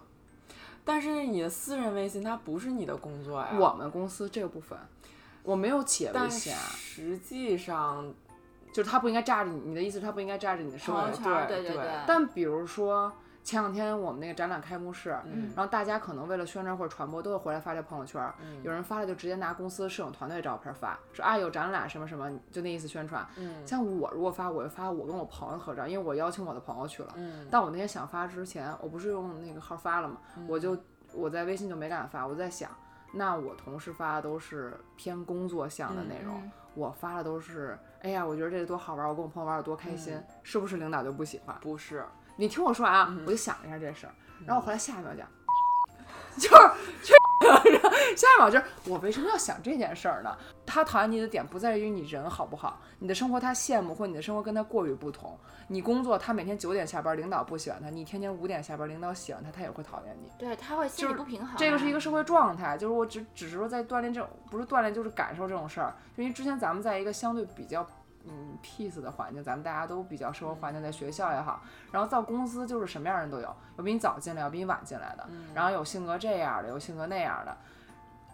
Speaker 4: 但是你的私人微信它不是你的工作呀，
Speaker 2: 我们公司这个部分，我没有企业微
Speaker 4: 但
Speaker 2: 信啊，
Speaker 4: 实际上
Speaker 2: 就是他不应该炸着你，你的意思是他不应该炸着你的生
Speaker 3: 朋
Speaker 2: 活
Speaker 3: 友。
Speaker 4: 对
Speaker 3: 圈儿，
Speaker 4: 对
Speaker 3: 对
Speaker 4: 对
Speaker 3: 对，
Speaker 2: 但比如说前两天我们那个展览开幕式，
Speaker 3: 嗯
Speaker 2: 然后大家可能为了宣传或者传播，都会回来发这朋友圈儿。
Speaker 4: 嗯
Speaker 2: 有人发了就直接拿公司摄影团队照片发，说啊有展览什么什么，就那意思宣传。
Speaker 4: 嗯
Speaker 2: 像我如果发，我就发我跟我朋友合照，因为我邀请我的朋友去了。
Speaker 4: 嗯
Speaker 2: 但我那天想发之前，我不是用那个号发了嘛，
Speaker 3: 嗯
Speaker 2: 我就我在微信就没敢发，我在想，那我同事发的都是偏工作向的内容，
Speaker 3: 嗯
Speaker 2: 我发的都是，哎呀，我觉得这个多好玩，我跟我朋友玩有多开心，是不是领导就不喜欢？
Speaker 4: 嗯不是，
Speaker 2: 你听我说啊，
Speaker 4: 嗯
Speaker 2: 我就想了一下这事儿，然后我回来下一秒讲， 就是这，下一秒就是我为什么要想这件事儿呢？他讨厌你的点不在于你人好不好，你的生活他羡慕，或你的生活跟他过于不同。你工作他每天九点下班，领导不喜欢他；你天天五点下班，领导喜欢他，他也会讨厌你。
Speaker 3: 对他会心
Speaker 2: 就
Speaker 3: 理
Speaker 2: 是
Speaker 3: 不平衡啊，
Speaker 2: 这个是一个社会状态，就是我只只是说在锻炼这种，不是锻炼就是感受这种事儿。因为之前咱们在一个相对比较嗯 peace 的环境，咱们大家都比较生活
Speaker 3: 嗯
Speaker 2: 环境在学校也好，然后到公司就是什么样的人都有，有比你早进来，有比你晚进来的，
Speaker 3: 嗯
Speaker 2: 然后有性格这样的，有性格那样的，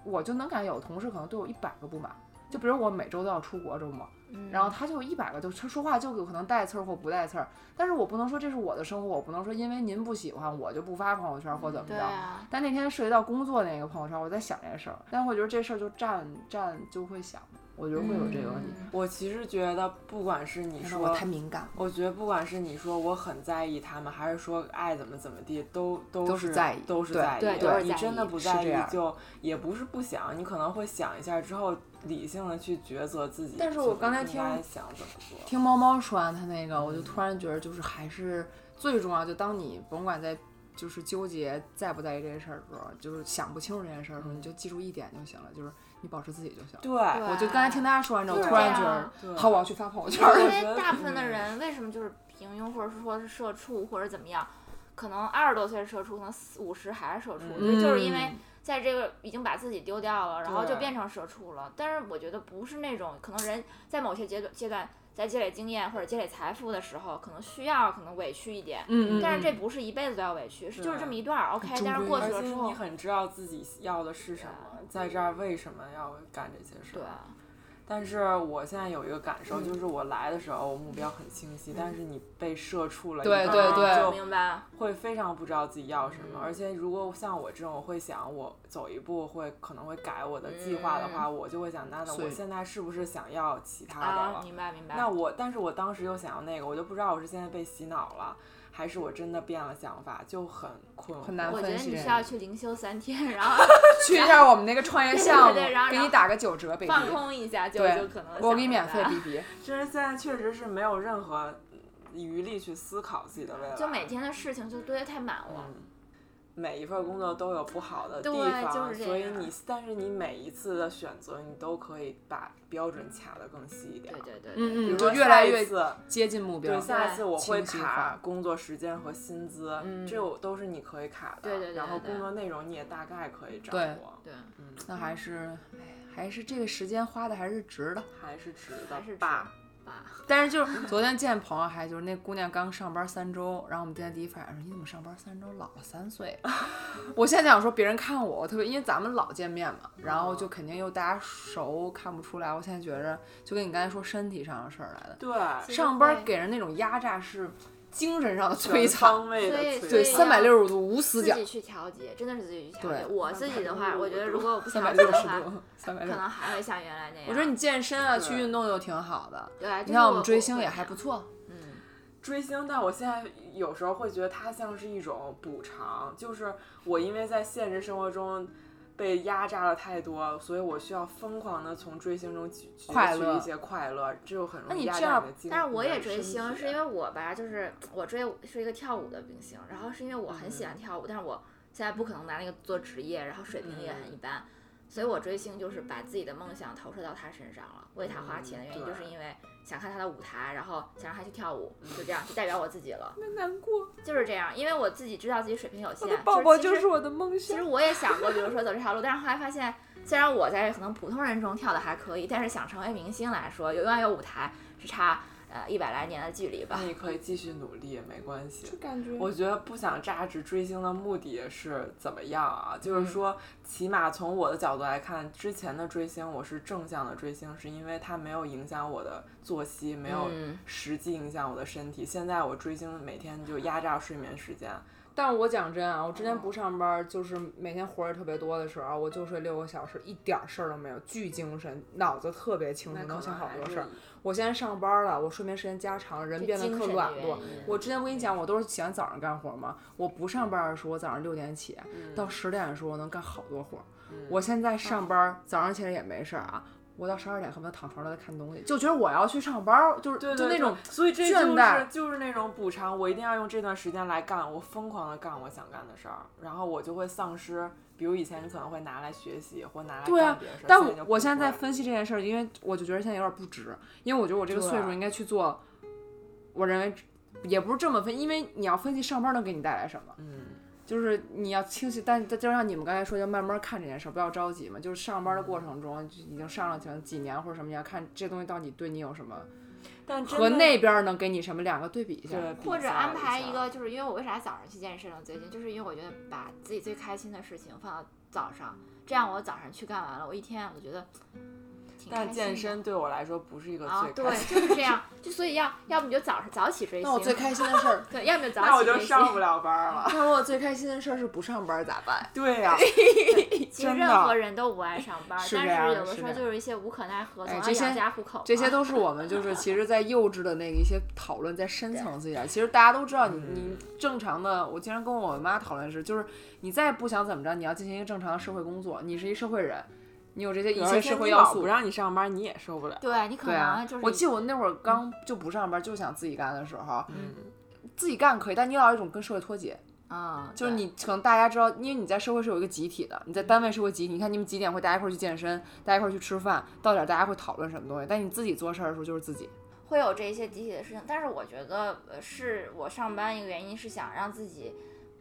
Speaker 2: 我就能感觉有同事可能对我一百个不满。就比如我每周都要出国周末，
Speaker 3: 嗯，
Speaker 2: 然后他就有一百个，就他说话就有可能带刺儿或不带刺儿，但是我不能说这是我的生活，我不能说因为您不喜欢我就不发朋友圈或怎么
Speaker 3: 对
Speaker 2: 着，
Speaker 3: 啊，
Speaker 2: 但那天涉及到工作那个朋友圈，我在想这个事儿，但我觉得这事儿就占占就会想，我觉得会有这个问题。
Speaker 3: 嗯
Speaker 4: 我其实觉得不管是你
Speaker 2: 你
Speaker 4: 说
Speaker 2: 我太敏感了，
Speaker 4: 我觉得不管是你说我很在意他们，还是说爱怎么怎么地，都都
Speaker 2: 都
Speaker 4: 是
Speaker 2: 是在意
Speaker 4: 都是
Speaker 2: 对
Speaker 4: 在意
Speaker 3: 对
Speaker 4: 的。
Speaker 3: 都是
Speaker 4: 你
Speaker 3: 在
Speaker 4: 真的
Speaker 3: 意
Speaker 4: 不
Speaker 2: 是
Speaker 4: 在
Speaker 2: 这
Speaker 4: 意
Speaker 2: 样
Speaker 4: 就也不是不想，你可能会想一下之后，理性的去抉择自己。
Speaker 2: 但是我刚才听
Speaker 4: 想怎么做，
Speaker 2: 听猫猫说完他那个，我就突然觉得就是还是最重要，就当你甭管在就是纠结在不在意这件事儿的时候，就是想不清楚这件事儿的时候，
Speaker 4: 嗯
Speaker 2: 你就记住一点就行了，就是你保持自己就行了。
Speaker 4: 对
Speaker 3: 对
Speaker 2: 我就刚才听大家说完之后，
Speaker 3: 对
Speaker 2: 突然觉
Speaker 3: 啊
Speaker 2: 得，
Speaker 4: 对
Speaker 2: 好，我要去发朋友圈
Speaker 3: 因
Speaker 2: 了。
Speaker 3: 为大部分的人为什么就是平庸，或者是说是社畜，或者怎么样？可能二十多岁是社畜，可能五十还是社畜，
Speaker 4: 嗯
Speaker 3: 就是因为在这个已经把自己丢掉了，然后就
Speaker 4: 对
Speaker 3: 变成社畜了。但是我觉得不是那种，可能人在某些阶段阶段在积累经验或者积累财富的时候，可能需要可能委屈一点，
Speaker 2: 嗯嗯，
Speaker 3: 但是这不是一辈子都要委屈，是就是这么一段儿 OK。但是过去
Speaker 4: 而
Speaker 3: 了
Speaker 4: 且
Speaker 3: 之
Speaker 4: 你
Speaker 3: 后，
Speaker 4: 很知道自己要的是什么，在这儿为什么要干这些事
Speaker 3: 对
Speaker 4: 儿。但是我现在有一个感受，
Speaker 2: 嗯
Speaker 4: 就是我来的时候我目标很清晰，但是你被社畜了，
Speaker 2: 对
Speaker 4: 你
Speaker 2: 对
Speaker 4: 根本
Speaker 2: 对
Speaker 4: 就
Speaker 3: 嗯明白。
Speaker 4: 会非常不知道自己要什么，
Speaker 3: 嗯
Speaker 4: 而且如果像我这种会想我走一步会可能会改我的计划的话，我就会想，那那
Speaker 2: 所
Speaker 4: 我
Speaker 2: 以
Speaker 4: 现在是不是想要其他的
Speaker 3: 嗯啊
Speaker 4: 了，？
Speaker 3: 明白明白。
Speaker 4: 那我，但是我当时又想要那个，我就不知道我是现在被洗脑了，还是我真的变了想法，就很困惑。
Speaker 2: 很难
Speaker 3: 我觉
Speaker 2: 分
Speaker 3: 得
Speaker 2: 析
Speaker 3: 你
Speaker 2: 这
Speaker 3: 需
Speaker 2: 个
Speaker 3: 要去灵修 三天，然后
Speaker 2: 去一下我们那个创业项目，
Speaker 3: 对对对然后
Speaker 2: 给
Speaker 3: 然
Speaker 2: 你
Speaker 3: 后
Speaker 2: 打个九折，baby，
Speaker 3: 放空一下，就
Speaker 2: 对
Speaker 3: 就可能
Speaker 2: 我给你
Speaker 3: 想
Speaker 2: 免
Speaker 3: 明
Speaker 2: 费
Speaker 3: 白
Speaker 2: B B。
Speaker 4: 就是现在确实是没有任何余力去思考自己的未来，
Speaker 3: 就每天的事情就堆得太满了。
Speaker 4: 嗯，每一份工作都有不好的地
Speaker 3: 对
Speaker 4: 方，
Speaker 3: 就是这
Speaker 4: 所以
Speaker 3: 样
Speaker 4: 你，但是你每一次的选择，你都可以把标准卡得更细一点
Speaker 3: 对。对对，对
Speaker 2: 嗯
Speaker 4: 比
Speaker 2: 嗯，
Speaker 4: 如
Speaker 2: 就
Speaker 4: 说
Speaker 2: 越来
Speaker 4: 下一
Speaker 2: 越
Speaker 4: 次
Speaker 2: 接近目标
Speaker 4: 对，。下一
Speaker 3: 对
Speaker 4: 次我会
Speaker 2: 清晰
Speaker 4: 卡
Speaker 2: 化
Speaker 4: 工作时间和薪资，
Speaker 2: 嗯
Speaker 4: 这我都是你可以卡的。
Speaker 3: 对对对
Speaker 4: 然后
Speaker 3: 对对嗯
Speaker 4: 工作内容你也大概可以掌
Speaker 2: 对
Speaker 4: 握，
Speaker 3: 对，嗯
Speaker 2: 那还是，哎，还是这个时间花的还是值的。
Speaker 4: 还是值
Speaker 3: 还
Speaker 4: 的
Speaker 3: 是值
Speaker 4: 吧。
Speaker 3: 吧。
Speaker 2: 但是就是
Speaker 3: 嗯
Speaker 2: 昨天见朋友还就是那姑娘刚上班三周，然后我们今天第一反应说你怎么上班三周老了三岁 啊？我现在想说别人看我，我特别因为咱们老见面嘛，然后
Speaker 3: 嗯
Speaker 2: 就肯定又大家熟看不出来。我现在觉着就跟你刚才说身体上的事儿来的，
Speaker 4: 对，
Speaker 3: 其实
Speaker 2: 上班
Speaker 3: 会
Speaker 2: 给人那种压榨是精神上的摧
Speaker 4: 全
Speaker 2: 残，
Speaker 4: 方位的
Speaker 3: 所以
Speaker 4: 摧
Speaker 3: 所
Speaker 2: 对
Speaker 3: 以
Speaker 4: 残
Speaker 2: 三百六十度无死
Speaker 3: 自
Speaker 2: 角，
Speaker 3: 己去调节，真的是自己去调节。
Speaker 2: 对
Speaker 3: 我自己的话，我觉得如果 我不
Speaker 2: 三
Speaker 3: 调
Speaker 2: 百
Speaker 3: 节
Speaker 2: 六
Speaker 3: 的
Speaker 2: 十
Speaker 3: 话，
Speaker 2: 度，三百
Speaker 3: 可
Speaker 2: 六。
Speaker 3: 能还会像原来那样。
Speaker 2: 嗯我觉得你健身啊，
Speaker 4: 对
Speaker 2: 去运动就挺好的。
Speaker 3: 对啊，就
Speaker 2: 你
Speaker 3: 是
Speaker 2: 看我们追
Speaker 3: 我
Speaker 2: 星
Speaker 3: 会
Speaker 2: 也
Speaker 3: 那
Speaker 2: 还
Speaker 3: 样
Speaker 2: 不错，
Speaker 3: 嗯，
Speaker 4: 追星，但我现在有时候会觉得它像是一种补偿，就是我因为在现实生活中被压榨了太多，所以我需要疯狂的从追星中汲
Speaker 2: 快
Speaker 4: 汲
Speaker 2: 乐
Speaker 4: 取一些快乐，这就很
Speaker 2: 那
Speaker 4: 容
Speaker 2: 你
Speaker 4: 易压
Speaker 2: 这
Speaker 4: 榨
Speaker 2: 样
Speaker 4: 你的精力。
Speaker 3: 但是我也追
Speaker 4: 你
Speaker 3: 星，
Speaker 4: 的身体
Speaker 3: 是因
Speaker 2: 啊
Speaker 3: 为我吧，就是我追是一个跳舞的明星，然后是因为我很
Speaker 2: 嗯
Speaker 3: 喜欢跳舞，但是我现在不可能拿那个做职业，然后水平也很
Speaker 2: 嗯
Speaker 3: 一般，所以我追星就是把自己的梦想投射到他身上了，为他花钱的原因
Speaker 4: 嗯
Speaker 3: 就
Speaker 4: 对
Speaker 3: 是因为想看他的舞台，然后想让他去跳舞，就
Speaker 2: 嗯
Speaker 3: 这样就代表我自己了，
Speaker 4: 难过，
Speaker 3: 就是这样，因为我自己知道自己水平有
Speaker 2: 啊
Speaker 3: 限，
Speaker 4: 宝宝
Speaker 3: 就
Speaker 4: 就
Speaker 3: 其
Speaker 4: 是是
Speaker 3: 实
Speaker 4: 我的梦
Speaker 3: 其实
Speaker 4: 想。
Speaker 3: 我也想过，比如说走这条路，但是后来发现，虽然我在可能普通人中跳的还可以，但是想成为明星来说，永远有舞台，只差呃一百来年的距离吧
Speaker 4: 那。你可以继续努力，没关系。
Speaker 2: 感觉
Speaker 4: 我觉得不想榨汁追星的目的是怎么样啊？
Speaker 3: 嗯
Speaker 4: 就是说，起码从我的角度来看，之前的追星我是正向的追星，是因为它没有影响我的作息，没有
Speaker 3: 嗯
Speaker 4: 实际影响我的身体。现在我追星每天就压榨睡眠时间，
Speaker 2: 但我讲真啊，我之
Speaker 4: 哦
Speaker 2: 前不上班，就是每天活儿也特别多的时候，我就睡六个小时，一点儿事儿都没有，巨精神，脑子特别清
Speaker 4: 那
Speaker 2: 醒，
Speaker 4: 可
Speaker 2: 嗯能想
Speaker 4: 能
Speaker 2: 好
Speaker 4: 还
Speaker 2: 多
Speaker 4: 是
Speaker 2: 事儿。我现在上班了，我睡眠时间加长，人
Speaker 3: 就
Speaker 2: 变得
Speaker 3: 精
Speaker 2: 特
Speaker 3: 神的
Speaker 2: 软
Speaker 3: 原
Speaker 2: 弱
Speaker 3: 因。
Speaker 2: 我之前不跟你讲，我都是喜欢早上干活嘛。我不上班的时候，我早上六点起，
Speaker 4: 嗯
Speaker 2: 到十点的时候我能干好多活儿。我现在上班，早上起来也没事儿啊，我到十二点恨不得躺床上在看东西，就觉得我要去上班儿，就是
Speaker 4: 对对
Speaker 2: 就那
Speaker 4: 对
Speaker 2: 种
Speaker 4: 所以这
Speaker 2: 倦
Speaker 4: 就
Speaker 2: 怠
Speaker 4: 是就是那种补偿，我一定要用这段时间来干，我疯狂的干我想干的事儿，然后我就会丧失，比如以前你可能会拿来学习或拿来
Speaker 2: 对啊
Speaker 4: 干别的事儿，
Speaker 2: 但
Speaker 4: 现
Speaker 2: 我
Speaker 4: 在就不
Speaker 2: 我现在
Speaker 4: 会
Speaker 2: 在分析这件事儿，因为我就觉得现在有点不值，因为我觉得我这个
Speaker 4: 对啊
Speaker 2: 岁数应该去做，我认为也不是这么分，因为你要分析上班能给你带来什么，
Speaker 4: 嗯。
Speaker 2: 就是你要清晰，但但就像你们刚才说，要慢慢看这件事儿，不要着急嘛。就是上班的过程中，就已经上了可能几年或者什么，你要看这东西到底对你有什么，
Speaker 4: 但真
Speaker 2: 和
Speaker 4: 的
Speaker 2: 那边儿能给你什么，两个对比一下。
Speaker 4: 对，
Speaker 3: 或
Speaker 4: 比
Speaker 3: 者
Speaker 4: 较
Speaker 3: 安排
Speaker 4: 下
Speaker 3: 一个，就是因为我为啥早上去健身了？最近就是因为我觉得把自己最开心的事情放到早上，这样我早上去干完了，我一天我觉得挺开心
Speaker 4: 但
Speaker 3: 的。
Speaker 4: 健身对我来说不是一个
Speaker 3: 啊，
Speaker 4: 最
Speaker 3: 对
Speaker 4: 开， 心。
Speaker 3: 就是这样，就所以要要么你就早上早起追
Speaker 2: 那
Speaker 3: 星，，
Speaker 2: 我最开心的事儿
Speaker 3: 对，要么就
Speaker 4: 那
Speaker 3: 早
Speaker 4: 我
Speaker 3: 起
Speaker 4: 就
Speaker 3: 追星。
Speaker 4: 上不了班 了。
Speaker 2: 那我最开心的事儿是不上班儿咋办？
Speaker 4: 对呀、
Speaker 3: 其实
Speaker 4: 真
Speaker 3: 任
Speaker 4: 的
Speaker 3: 何人都不爱上班，
Speaker 2: 哎是这
Speaker 3: 但
Speaker 2: 样
Speaker 3: 是有的
Speaker 2: 是
Speaker 3: 时候
Speaker 2: 这样
Speaker 3: 就是一些无可奈何，
Speaker 2: 哎
Speaker 3: 总要
Speaker 2: 这些
Speaker 3: 养家糊口嘛。啊
Speaker 2: 这些都是我们就是其实，在幼稚的那个一些讨论，在深层次一点。其实大家都知道你，你
Speaker 4: 嗯
Speaker 2: 正常的，我经常跟我妈讨论是，就是你再不想怎么着，你要进行一个正常的社会工作，你是一社会人，你有这 些一
Speaker 4: 有
Speaker 2: 切
Speaker 4: 一
Speaker 2: 社
Speaker 4: 天
Speaker 2: 会
Speaker 4: 你
Speaker 2: 要
Speaker 4: 老
Speaker 2: 素
Speaker 4: 不。让你上班，你也受不了。
Speaker 3: 对你可
Speaker 2: 对啊
Speaker 3: 能就是，
Speaker 2: 我记得我那会儿刚就不上班，就想自己干的时候，
Speaker 4: 嗯，
Speaker 2: 自己干可以，但你老有一种跟社会脱节，
Speaker 3: 嗯，
Speaker 2: 就是
Speaker 3: 对
Speaker 2: 你可能大家知道，因为你在社会是有一个集体的，你在单位是会集体，你看你们几点会大家一块儿去健身，大家一块儿去吃饭，到点儿大家会讨论什么东西，但你自己做事儿的时候就是自己。
Speaker 3: 会有这一些集体的事情，但是我觉得呃是我上班一个原因是想让自己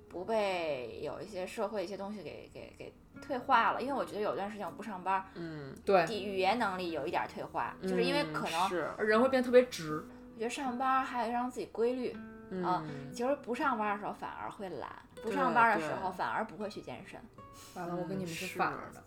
Speaker 3: 不被有一些社会一些东西给给给退化了，因为我觉得有段时间我不上班，
Speaker 2: 嗯对，
Speaker 3: 语语言能力有一点退化，就是因为
Speaker 4: 嗯
Speaker 3: 可能我
Speaker 4: 是，
Speaker 2: 人会变得特别直。
Speaker 3: 觉得上班还有让自己规律，啊
Speaker 4: 嗯，
Speaker 3: 其实不上班的时候反而会懒，不
Speaker 4: 对
Speaker 3: 上班的
Speaker 4: 对
Speaker 3: 时候反而不会去健身，
Speaker 2: 完了，我跟你们是
Speaker 4: 是
Speaker 2: 反着的。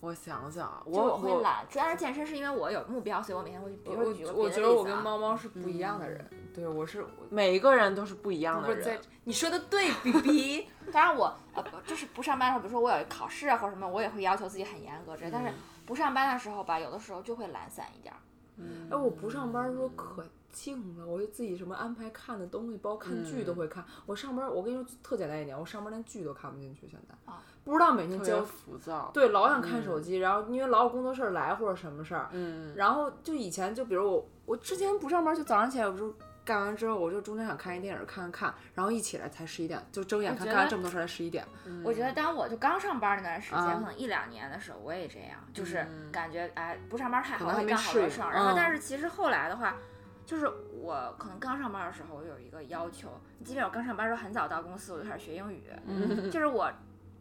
Speaker 4: 我想想啊，
Speaker 3: 就是
Speaker 4: 我
Speaker 3: 会懒，但是健身是因为我有目标，所以我每天会去，比
Speaker 2: 我
Speaker 3: 如说举个
Speaker 2: 我我
Speaker 3: 别的
Speaker 2: 觉得
Speaker 3: 例
Speaker 2: 我
Speaker 3: 子
Speaker 2: 跟
Speaker 3: 啊
Speaker 2: 猫猫是不一样的人。对，我是我
Speaker 4: 每一个人都是不一样
Speaker 2: 不
Speaker 4: 的
Speaker 2: 是在
Speaker 4: 人。啊
Speaker 2: 你说的对，比比。
Speaker 3: 当然我呃不就是不上班的时候，比如说我有考试啊或者什么，我也会要求自己很严格之类。但
Speaker 2: 嗯
Speaker 3: 是不上班的时候吧，有的时候就会懒散一点儿。
Speaker 2: 哎，我不上班的时候可静了，我就自己什么安排看的东西，包括看剧都会看。我上班，我跟你说特简单一点，我上班连剧都看不进去，现在
Speaker 3: 啊
Speaker 2: 不知道每天
Speaker 4: 特别
Speaker 2: 交。
Speaker 4: 浮躁，
Speaker 2: 对，老想看手机，然后因为老有工作事儿来或者什么事儿，
Speaker 4: 嗯，
Speaker 2: 然后就以前就比如我我之前不上班，就早上起来我就干完之后，我就中间想看一电影看看，然后一起来才十一点，就睁眼
Speaker 3: 我
Speaker 2: 看
Speaker 3: 觉得
Speaker 2: 干完这么多事儿才十一点。
Speaker 3: 我觉得当我就刚上班那段时间，
Speaker 2: 嗯啊嗯
Speaker 3: 可能一两年的时候，我也这样，就是感觉哎不上班太
Speaker 2: 可
Speaker 3: 好，
Speaker 2: 能
Speaker 3: 我
Speaker 2: 还
Speaker 3: 也
Speaker 2: 没
Speaker 3: 干好多
Speaker 2: 适应
Speaker 3: 事儿。然后
Speaker 2: 嗯
Speaker 3: 但是其实后来的话。就是我可能刚上班的时候，
Speaker 2: 嗯
Speaker 3: 我有一个要求，即便我刚上班的时候很早到公司，我就开始学英语。就是我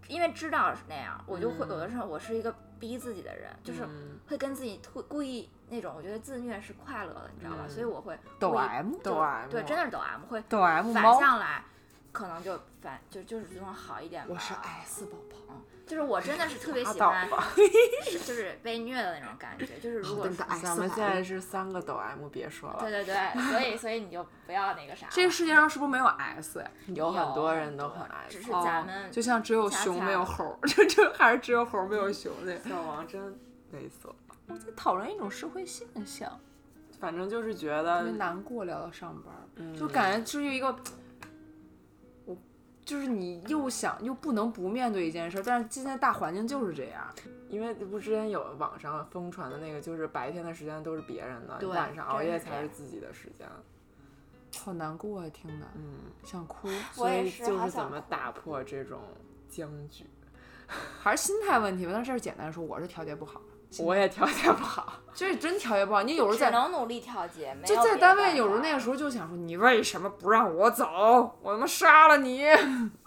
Speaker 3: 因为知道是那样，我就会有的时候我是一个逼自己的人，就是
Speaker 4: 嗯
Speaker 3: 会跟自己突故意那种，我觉得自虐是快乐的，你知道吧？
Speaker 4: 嗯
Speaker 3: 所以我会
Speaker 2: 抖
Speaker 3: 故意
Speaker 2: M
Speaker 3: 就
Speaker 4: 抖 M
Speaker 3: 对，真的是抖 M 会
Speaker 2: 抖 M
Speaker 3: 反
Speaker 2: 嗯猫，
Speaker 3: 向来，可能就反就就是这种好一点吧。
Speaker 2: 我是 S 宝宝，
Speaker 3: 就是我真的是特别喜
Speaker 4: 拉倒
Speaker 3: 欢
Speaker 4: 吧，
Speaker 3: 是就是被虐的那种感觉，就是如
Speaker 2: 好
Speaker 3: 果
Speaker 2: 的你
Speaker 3: 是
Speaker 2: 的 S
Speaker 4: 咱们
Speaker 2: 来
Speaker 4: 现在是三个抖 M，别说了。
Speaker 3: 对对对，所以所以你就不要那个啥了，
Speaker 2: 这个世界上是不是没有 S 呀？
Speaker 4: 有很多人都
Speaker 3: 对
Speaker 4: 很爱
Speaker 3: 只
Speaker 4: 吃
Speaker 3: 是咱们、
Speaker 2: 哦就像只有
Speaker 3: 恰
Speaker 2: 熊
Speaker 3: 恰
Speaker 2: 没有猴， 就就还是只有猴没
Speaker 3: 嗯
Speaker 2: 有熊那样。
Speaker 4: 小王真猥琐，
Speaker 2: 讨论一种社会现象，
Speaker 4: 反正就是觉
Speaker 2: 特
Speaker 4: 得
Speaker 2: 别难过。聊到上班儿，
Speaker 4: 嗯
Speaker 2: 就感觉就是一个，我就是你又想又不能不面对一件事儿，但是现在大环境就是这样。
Speaker 4: 因为不之前有网上疯传的那个，就是白天的时间都是别人的，
Speaker 3: 对
Speaker 4: 晚上熬夜
Speaker 3: 真是这
Speaker 4: 才是
Speaker 3: 样
Speaker 4: 自己的时间。
Speaker 2: 好难过啊，听的
Speaker 4: 嗯，
Speaker 2: 想哭，
Speaker 3: 我
Speaker 4: 所
Speaker 3: 也
Speaker 4: 以
Speaker 3: 是
Speaker 4: 就
Speaker 3: 好
Speaker 4: 是怎
Speaker 3: 想
Speaker 4: 么
Speaker 3: 哭
Speaker 4: 打破这种僵局？
Speaker 2: 还是心态问题吧。但这儿简单说，我是调节不好，
Speaker 4: 我也调节不好，
Speaker 2: 就是真调节不好。你有时候
Speaker 3: 只
Speaker 2: 在
Speaker 3: 能努力调节，没
Speaker 2: 就
Speaker 3: 有
Speaker 2: 在
Speaker 3: 别
Speaker 2: 单
Speaker 3: 的
Speaker 2: 位，
Speaker 3: 办
Speaker 2: 有时候
Speaker 3: 法
Speaker 2: 那个时候就想说，你为什么不让我走？我他妈杀了你！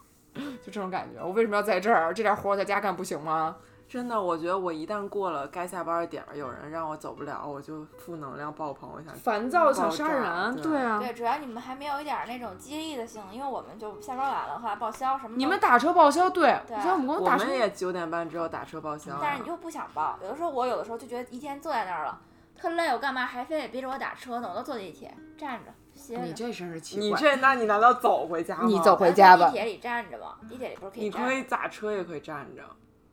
Speaker 2: 就这种感觉，我为什么要在这儿？这点活我在家干不行吗？
Speaker 4: 真的，我觉得我一旦过了该下班的点儿，有人让我走不了，我就负能量爆棚，我想
Speaker 2: 烦躁想
Speaker 4: 嗯爆
Speaker 2: 杀
Speaker 4: 炸
Speaker 2: 人，
Speaker 4: 对
Speaker 2: 对啊。
Speaker 3: 对，主要你们还没有一点儿那种激励的性，因为我们就下班晚了的话报销什么的，
Speaker 2: 你们打车报销，对，
Speaker 3: 对
Speaker 2: 你像我们公司
Speaker 4: 我
Speaker 2: 打车
Speaker 4: 们，也九点半之后打车报销啊，
Speaker 3: 但是你又不想报。有的时候我有的时候就觉得一天坐在那儿了，特累，我干嘛还非得逼着我打车呢？我都坐地铁站着歇着，
Speaker 2: 你这真是奇怪。
Speaker 4: 你这，那你难道走回家吗？
Speaker 2: 你走回
Speaker 3: 哎
Speaker 2: 家
Speaker 3: 地
Speaker 2: 吧，
Speaker 3: 铁里站着嘛，地铁里不是可以
Speaker 4: 你
Speaker 3: 站
Speaker 4: 可
Speaker 3: 着？
Speaker 4: 以打车，也可以站着。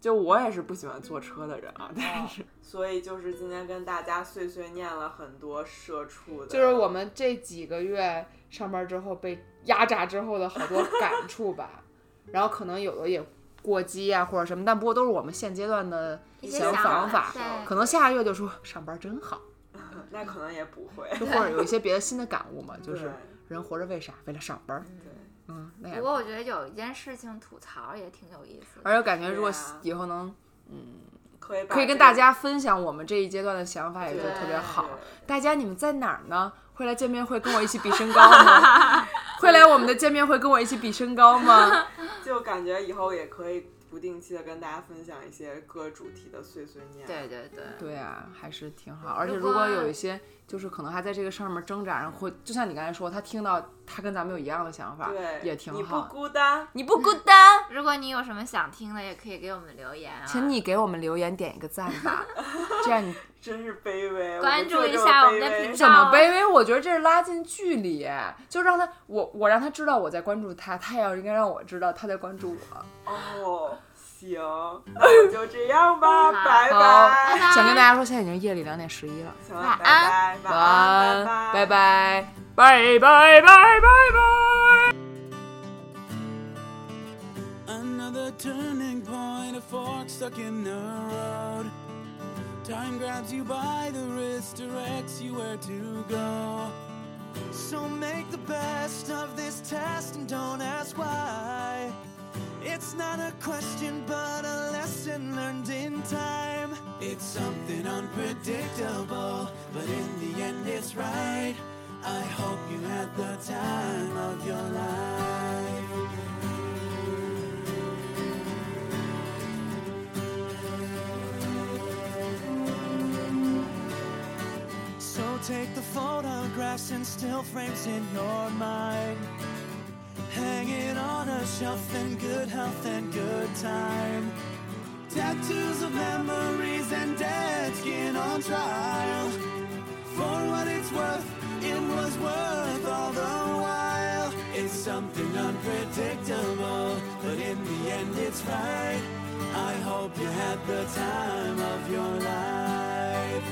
Speaker 4: 就我也是不喜欢坐车的人啊，
Speaker 3: 但
Speaker 4: 是、所以就是今天跟大家碎碎念了很多社畜的，
Speaker 2: 就是我们这几个月上班之后被压榨之后的好多感触吧，然后可能有的也过激啊或者什么，但不过都是我们现阶段的
Speaker 3: 一些
Speaker 2: 想
Speaker 3: 法
Speaker 2: 法
Speaker 3: 对
Speaker 2: 可能下个月就说上班真好，
Speaker 4: 那可能也不会，
Speaker 2: 就或者有一些别的新的感悟嘛，就是
Speaker 4: 对
Speaker 2: 人活着为啥？为了上班儿。
Speaker 4: 对
Speaker 2: 嗯，那
Speaker 3: 不
Speaker 2: 也。
Speaker 3: 过我觉得有一件事情吐槽也挺有意思的，
Speaker 2: 而且感觉如果
Speaker 4: 对啊
Speaker 2: 以后能
Speaker 4: 可以把
Speaker 2: 可以跟
Speaker 4: 这
Speaker 2: 大
Speaker 4: 个
Speaker 2: 家分享我们这一阶段的想法，也就
Speaker 4: 对
Speaker 2: 特别好
Speaker 4: 对。
Speaker 2: 大家你们在哪儿呢？会来见面会跟我一起比身高吗？会来我们的见面会跟我一起比身高吗？
Speaker 4: 就感觉以后也可以不定期的跟大家分享一些各主题的碎碎念，
Speaker 3: 对对对，
Speaker 2: 对啊，还是挺好。而且
Speaker 3: 如
Speaker 2: 如
Speaker 3: 果
Speaker 2: 果有一些就是可能还在这个上面挣扎，然后会就像你刚才说，他听到他跟咱们有一样的想法，
Speaker 4: 对，
Speaker 2: 也挺
Speaker 4: 你不
Speaker 2: 好。
Speaker 4: 孤单，
Speaker 2: 你不孤单，
Speaker 3: 如果你有什么想听的，也可以给我们留言啊。
Speaker 2: 请你给我们留言点一个赞吧，这样你
Speaker 4: 真是卑微，
Speaker 3: 关
Speaker 4: 们
Speaker 3: 注
Speaker 4: 就
Speaker 3: 一
Speaker 4: 这么
Speaker 3: 下我
Speaker 4: 卑
Speaker 3: 们的
Speaker 4: 微
Speaker 3: 频道
Speaker 2: 怎么卑微？我觉得这是拉近距离，就让他我我让他知道我在关注他，他也要应该让我知道他在关注我。
Speaker 4: 哦，行， 那我就这样吧，
Speaker 3: 好
Speaker 4: 拜
Speaker 2: 好
Speaker 4: 拜。
Speaker 2: 想跟大家说，现在已经夜里两点十一了，
Speaker 4: 行
Speaker 3: 晚
Speaker 4: 拜拜，晚
Speaker 2: 晚
Speaker 4: 安，
Speaker 2: 安，
Speaker 4: 拜
Speaker 2: 拜。拜，拜拜拜拜拜。
Speaker 5: Another turning point, a fork stuck in the road. Time grabs you by the wrist, directs you where to go. So make the best of this test and don't ask why. It's not a question, but a lesson learned in time. It's something unpredictable, but in the end, it's right. I hope you had the time of your life. So take the photographs and still frames in your mind. Hang it on a shelf in good health and good time. Tattoos of memories and dead skin on trial. For what it's worth, it was worth all the while. It's something unpredictable, but in the end it's right. I hope you had the time of your life.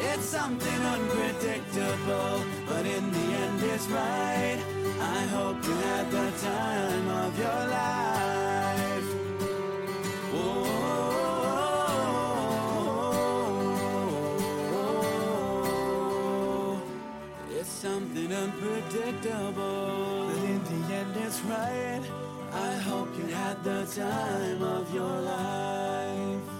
Speaker 5: It's something unpredictable, but in the end it's right. I hope you had the time of your life. Whoa. Oh, something unpredictable. But in the end, it's right. I hope you had the time of your life.